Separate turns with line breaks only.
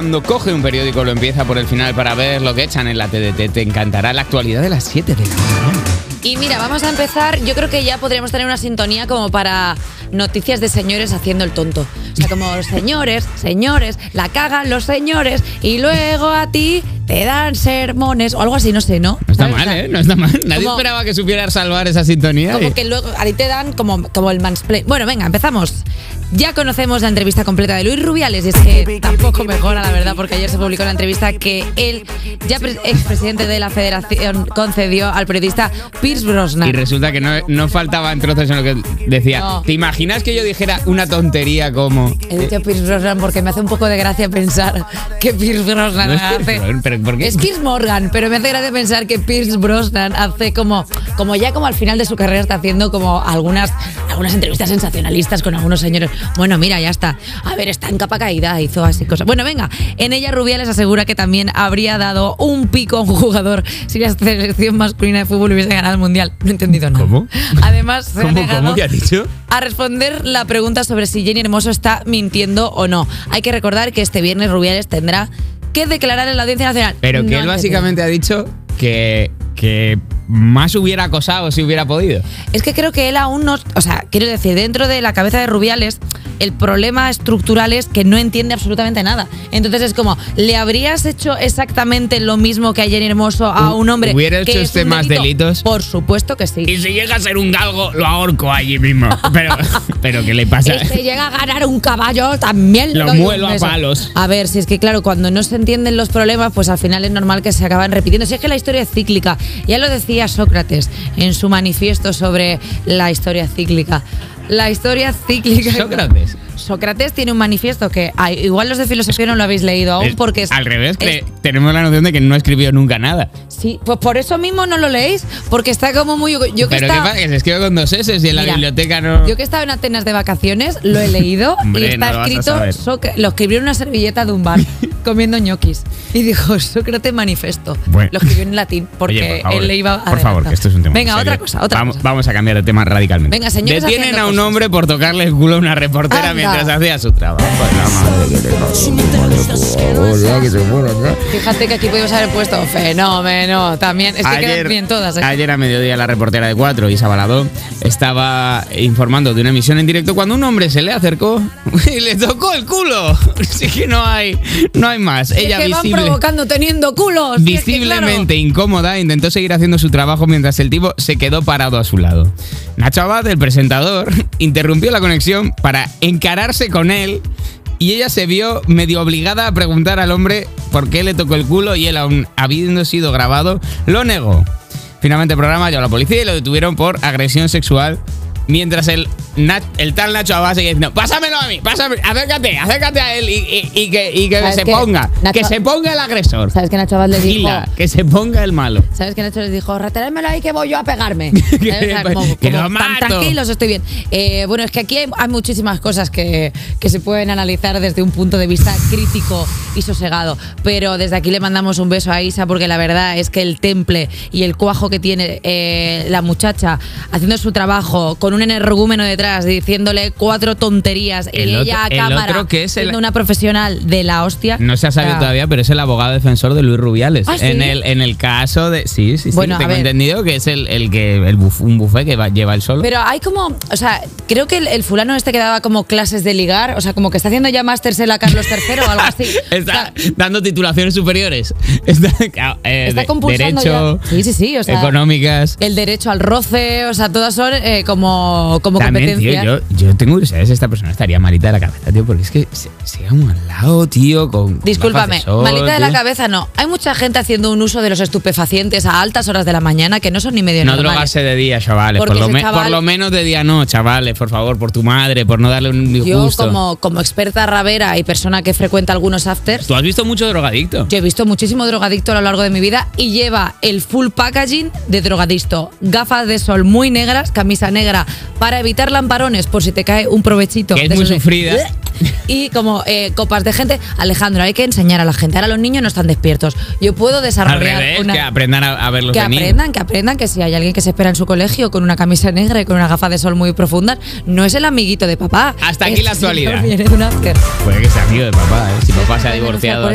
Cuando coge un periódico lo empieza por el final para ver lo que echan en la TDT. Te encantará la actualidad de las 7 de la mañana.
Y mira, vamos a empezar. Yo creo que ya podríamos tener una sintonía como para noticias de señores haciendo el tonto. O sea, como señores, señores, la cagan los señores y luego a ti te dan sermones o algo así, no sé, ¿no?
No está
¿Sabes?
mal,
O sea,
¿eh? No está mal. Nadie
Como-
esperaba que supiera salvar esa sintonía.
Como
y-
que luego a ti te dan como, como el mansplain. Bueno, venga, empezamos. Ya conocemos la entrevista completa de Luis Rubiales y es que tampoco mejora, la verdad, porque ayer se publicó la entrevista que el ya pre- expresidente de la federación concedió al periodista Pierce Brosnan.
Y resulta que no, no faltaban trozos en lo que decía.
No.
¿Te imaginas que yo dijera una tontería como...
He dicho Pierce Brosnan porque me hace un poco de gracia pensar que Pierce Brosnan
No es
hace.
Pierce Brosnan, pero ¿por qué?
Es Pierce Morgan, pero me hace gracia pensar que Pierce Brosnan hace como, como ya como al final de su carrera está haciendo como algunas, algunas entrevistas sensacionalistas con algunos señores. Bueno, mira, ya está. A ver, está en capa caída, hizo así cosas. Bueno, venga, en ella Rubiales asegura que también habría dado un pico a un jugador si la selección masculina de fútbol hubiese ganado el mundial. No he entendido nada.
¿Cómo?
Además, se ha
¿Cómo,
negado
cómo que has dicho?
a responder la pregunta sobre si Jenny Hermoso está mintiendo o no. Hay que recordar que este viernes Rubiales tendrá que declarar en la Audiencia Nacional.
Pero que
No
él
entiendo.
básicamente ha dicho que, que más hubiera acosado si hubiera podido.
Es que creo que él aún no. O sea, quiero decir, dentro de la cabeza de Rubiales, el problema estructural es que no entiende absolutamente nada. Entonces es como, ¿le habrías hecho exactamente lo mismo que a Jenny Hermoso a
Hu-
un hombre?
¿hubiera
que
hecho
es
usted
un
más
delito?
delitos?
Por supuesto que sí.
Y si llega a ser un galgo, lo ahorco allí mismo. Pero, pero ¿qué le pasa?
Y si llega a ganar un caballo, también
Lo
doy un
muelo a
beso.
palos.
A ver, si es que claro, cuando no se entienden los problemas, pues al final es normal que se acaban repitiendo. Si es que la historia es cíclica, ya lo decía Sócrates en su manifiesto sobre la historia cíclica. La historia cíclica.
Sócrates.
Sócrates tiene un manifiesto que ah, igual los de filosofía no lo habéis leído aún
Es-
porque es
al revés, que
es-
tenemos la noción de que no escribió nunca nada.
sí, pues por eso mismo no lo leéis porque está como muy yo que
Pero
estaba-
¿qué pasa? Que se escribe con dos S y en la
Mira,
biblioteca no.
Yo que estaba en Atenas de vacaciones, lo he leído
Hombre,
y está
no lo vas a
escrito,
saber.
Soc- lo escribió en una servilleta de un bar comiendo ñoquis. Y dijo, Sócrates manifesto.
Bueno.
Lo escribió en latín
Oye, por
porque
favor,
él le iba a...
Por favor,
redactar.
que esto es un tema.
Venga,
muy serio.
otra cosa, otra
vamos,
cosa.
vamos a cambiar de tema radicalmente.
Venga, señores
Detienen
haciendo
a un
cosas.
hombre por tocarle el culo a una reportera
Anda.
mientras hacía su trabajo.
Fíjate que aquí podíamos haber puesto fenómeno también. Es que quedan bien todas. ¿eh?
ayer a mediodía la reportera de Cuatro, Isa Balado, estaba informando de una emisión en directo cuando un hombre se le acercó y le tocó el culo. Así que no hay, no hay más.
Si es
Ella
que van
visible.
provocando teniendo culos. si es que, claro.
visiblemente incómoda, intentó seguir haciendo su trabajo mientras el tipo se quedó parado a su lado. Nacho Abad, el presentador, interrumpió la conexión para encararse con él y ella se vio medio obligada a preguntar al hombre por qué le tocó el culo y él, aun habiendo sido grabado, lo negó. Finalmente el programa llamó a la policía y lo detuvieron por agresión sexual. Mientras el, Na- el tal Nacho Abad seguía diciendo, pásamelo a mí, pásame, acércate, acércate a él y, y- y que, y que
¿Sabes
se
qué?
ponga, que
Nacho-
se ponga el agresor.
¿Sabes que Nacho Abad les dijo?
Gila, que se ponga el malo.
¿Sabes que Nacho les dijo? Retenémelo ahí que voy yo a pegarme.
Que-
¿Sabes? O sea,
que lo
tan
mato.
tranquilos, estoy bien. Eh, bueno, es que aquí hay, hay muchísimas cosas que, que se pueden analizar desde un punto de vista crítico y sosegado. Pero desde aquí le mandamos un beso a Isa porque la verdad es que el temple y el cuajo que tiene eh, la muchacha haciendo su trabajo con un energúmeno detrás diciéndole cuatro tonterías
El
y
otro-
ella a
el
cámara
otro que es el-
siendo una profesional de la hostia.
No se ha sabido
O sea,
todavía, pero es el abogado defensor de Luis Rubiales.
¿Ah, sí?
en, el, en el caso de. Sí, sí, sí.
Bueno, a
tengo
ver.
entendido que es el, el que el buf- un buffet que va- lleva el solo.
Pero hay como, o sea, creo que el, el fulano este que daba como clases de ligar, o sea, como que está haciendo ya másters en la Carlos III o algo así.
Está
O sea,
dando titulaciones superiores. Está, eh,
Está
de-
compulsando
Derecho,
ya. Sí, sí, sí, o sea,
económicas.
el derecho al roce, o sea, todas son eh, como, como
También, tío,
competencias.
yo, yo tengo curiosidad si esta persona estaría malita de la cabeza, tío, porque es que se, se ha un lado, tío, con. con
Discúlpame,
gafas de sol,
malita de la
tío.
cabeza no. Hay mucha gente haciendo un uso de los estupefacientes a altas horas de la mañana que no son ni medio
No
normales.
drogarse de día, chavales.
Porque
Por lo,
ese
me-
chaval-
por lo menos de día no, chavales. Por favor, por tu madre, por no darle un
Yo
disgusto.
como, como experta rabera y persona que frecuenta algunos afters,
Tú has visto mucho drogadicto.
Yo he visto muchísimo drogadicto a lo largo de mi vida y lleva el full packaging de drogadicto. Gafas de sol muy negras, camisa negra para evitar lamparones por si te cae un provechito.
Que es
de
muy
esos de-
sufrida.
y como eh, copas de gente. Alejandro, hay que enseñar a la gente. Ahora los niños no están despiertos. Yo puedo
Al
desarrollar
revés,
una...
que aprendan a, a verlos
Que
venir.
aprendan, que aprendan que si hay alguien que se espera en su colegio con una camisa negra y con una gafa de sol muy profunda, no es el amiguito de papá.
Hasta aquí
Es-
la actualidad.
Viene de un after.
Puede que sea amigo de papá, ¿eh? Si papá se ha
Voy a denunciar
divorciado.
por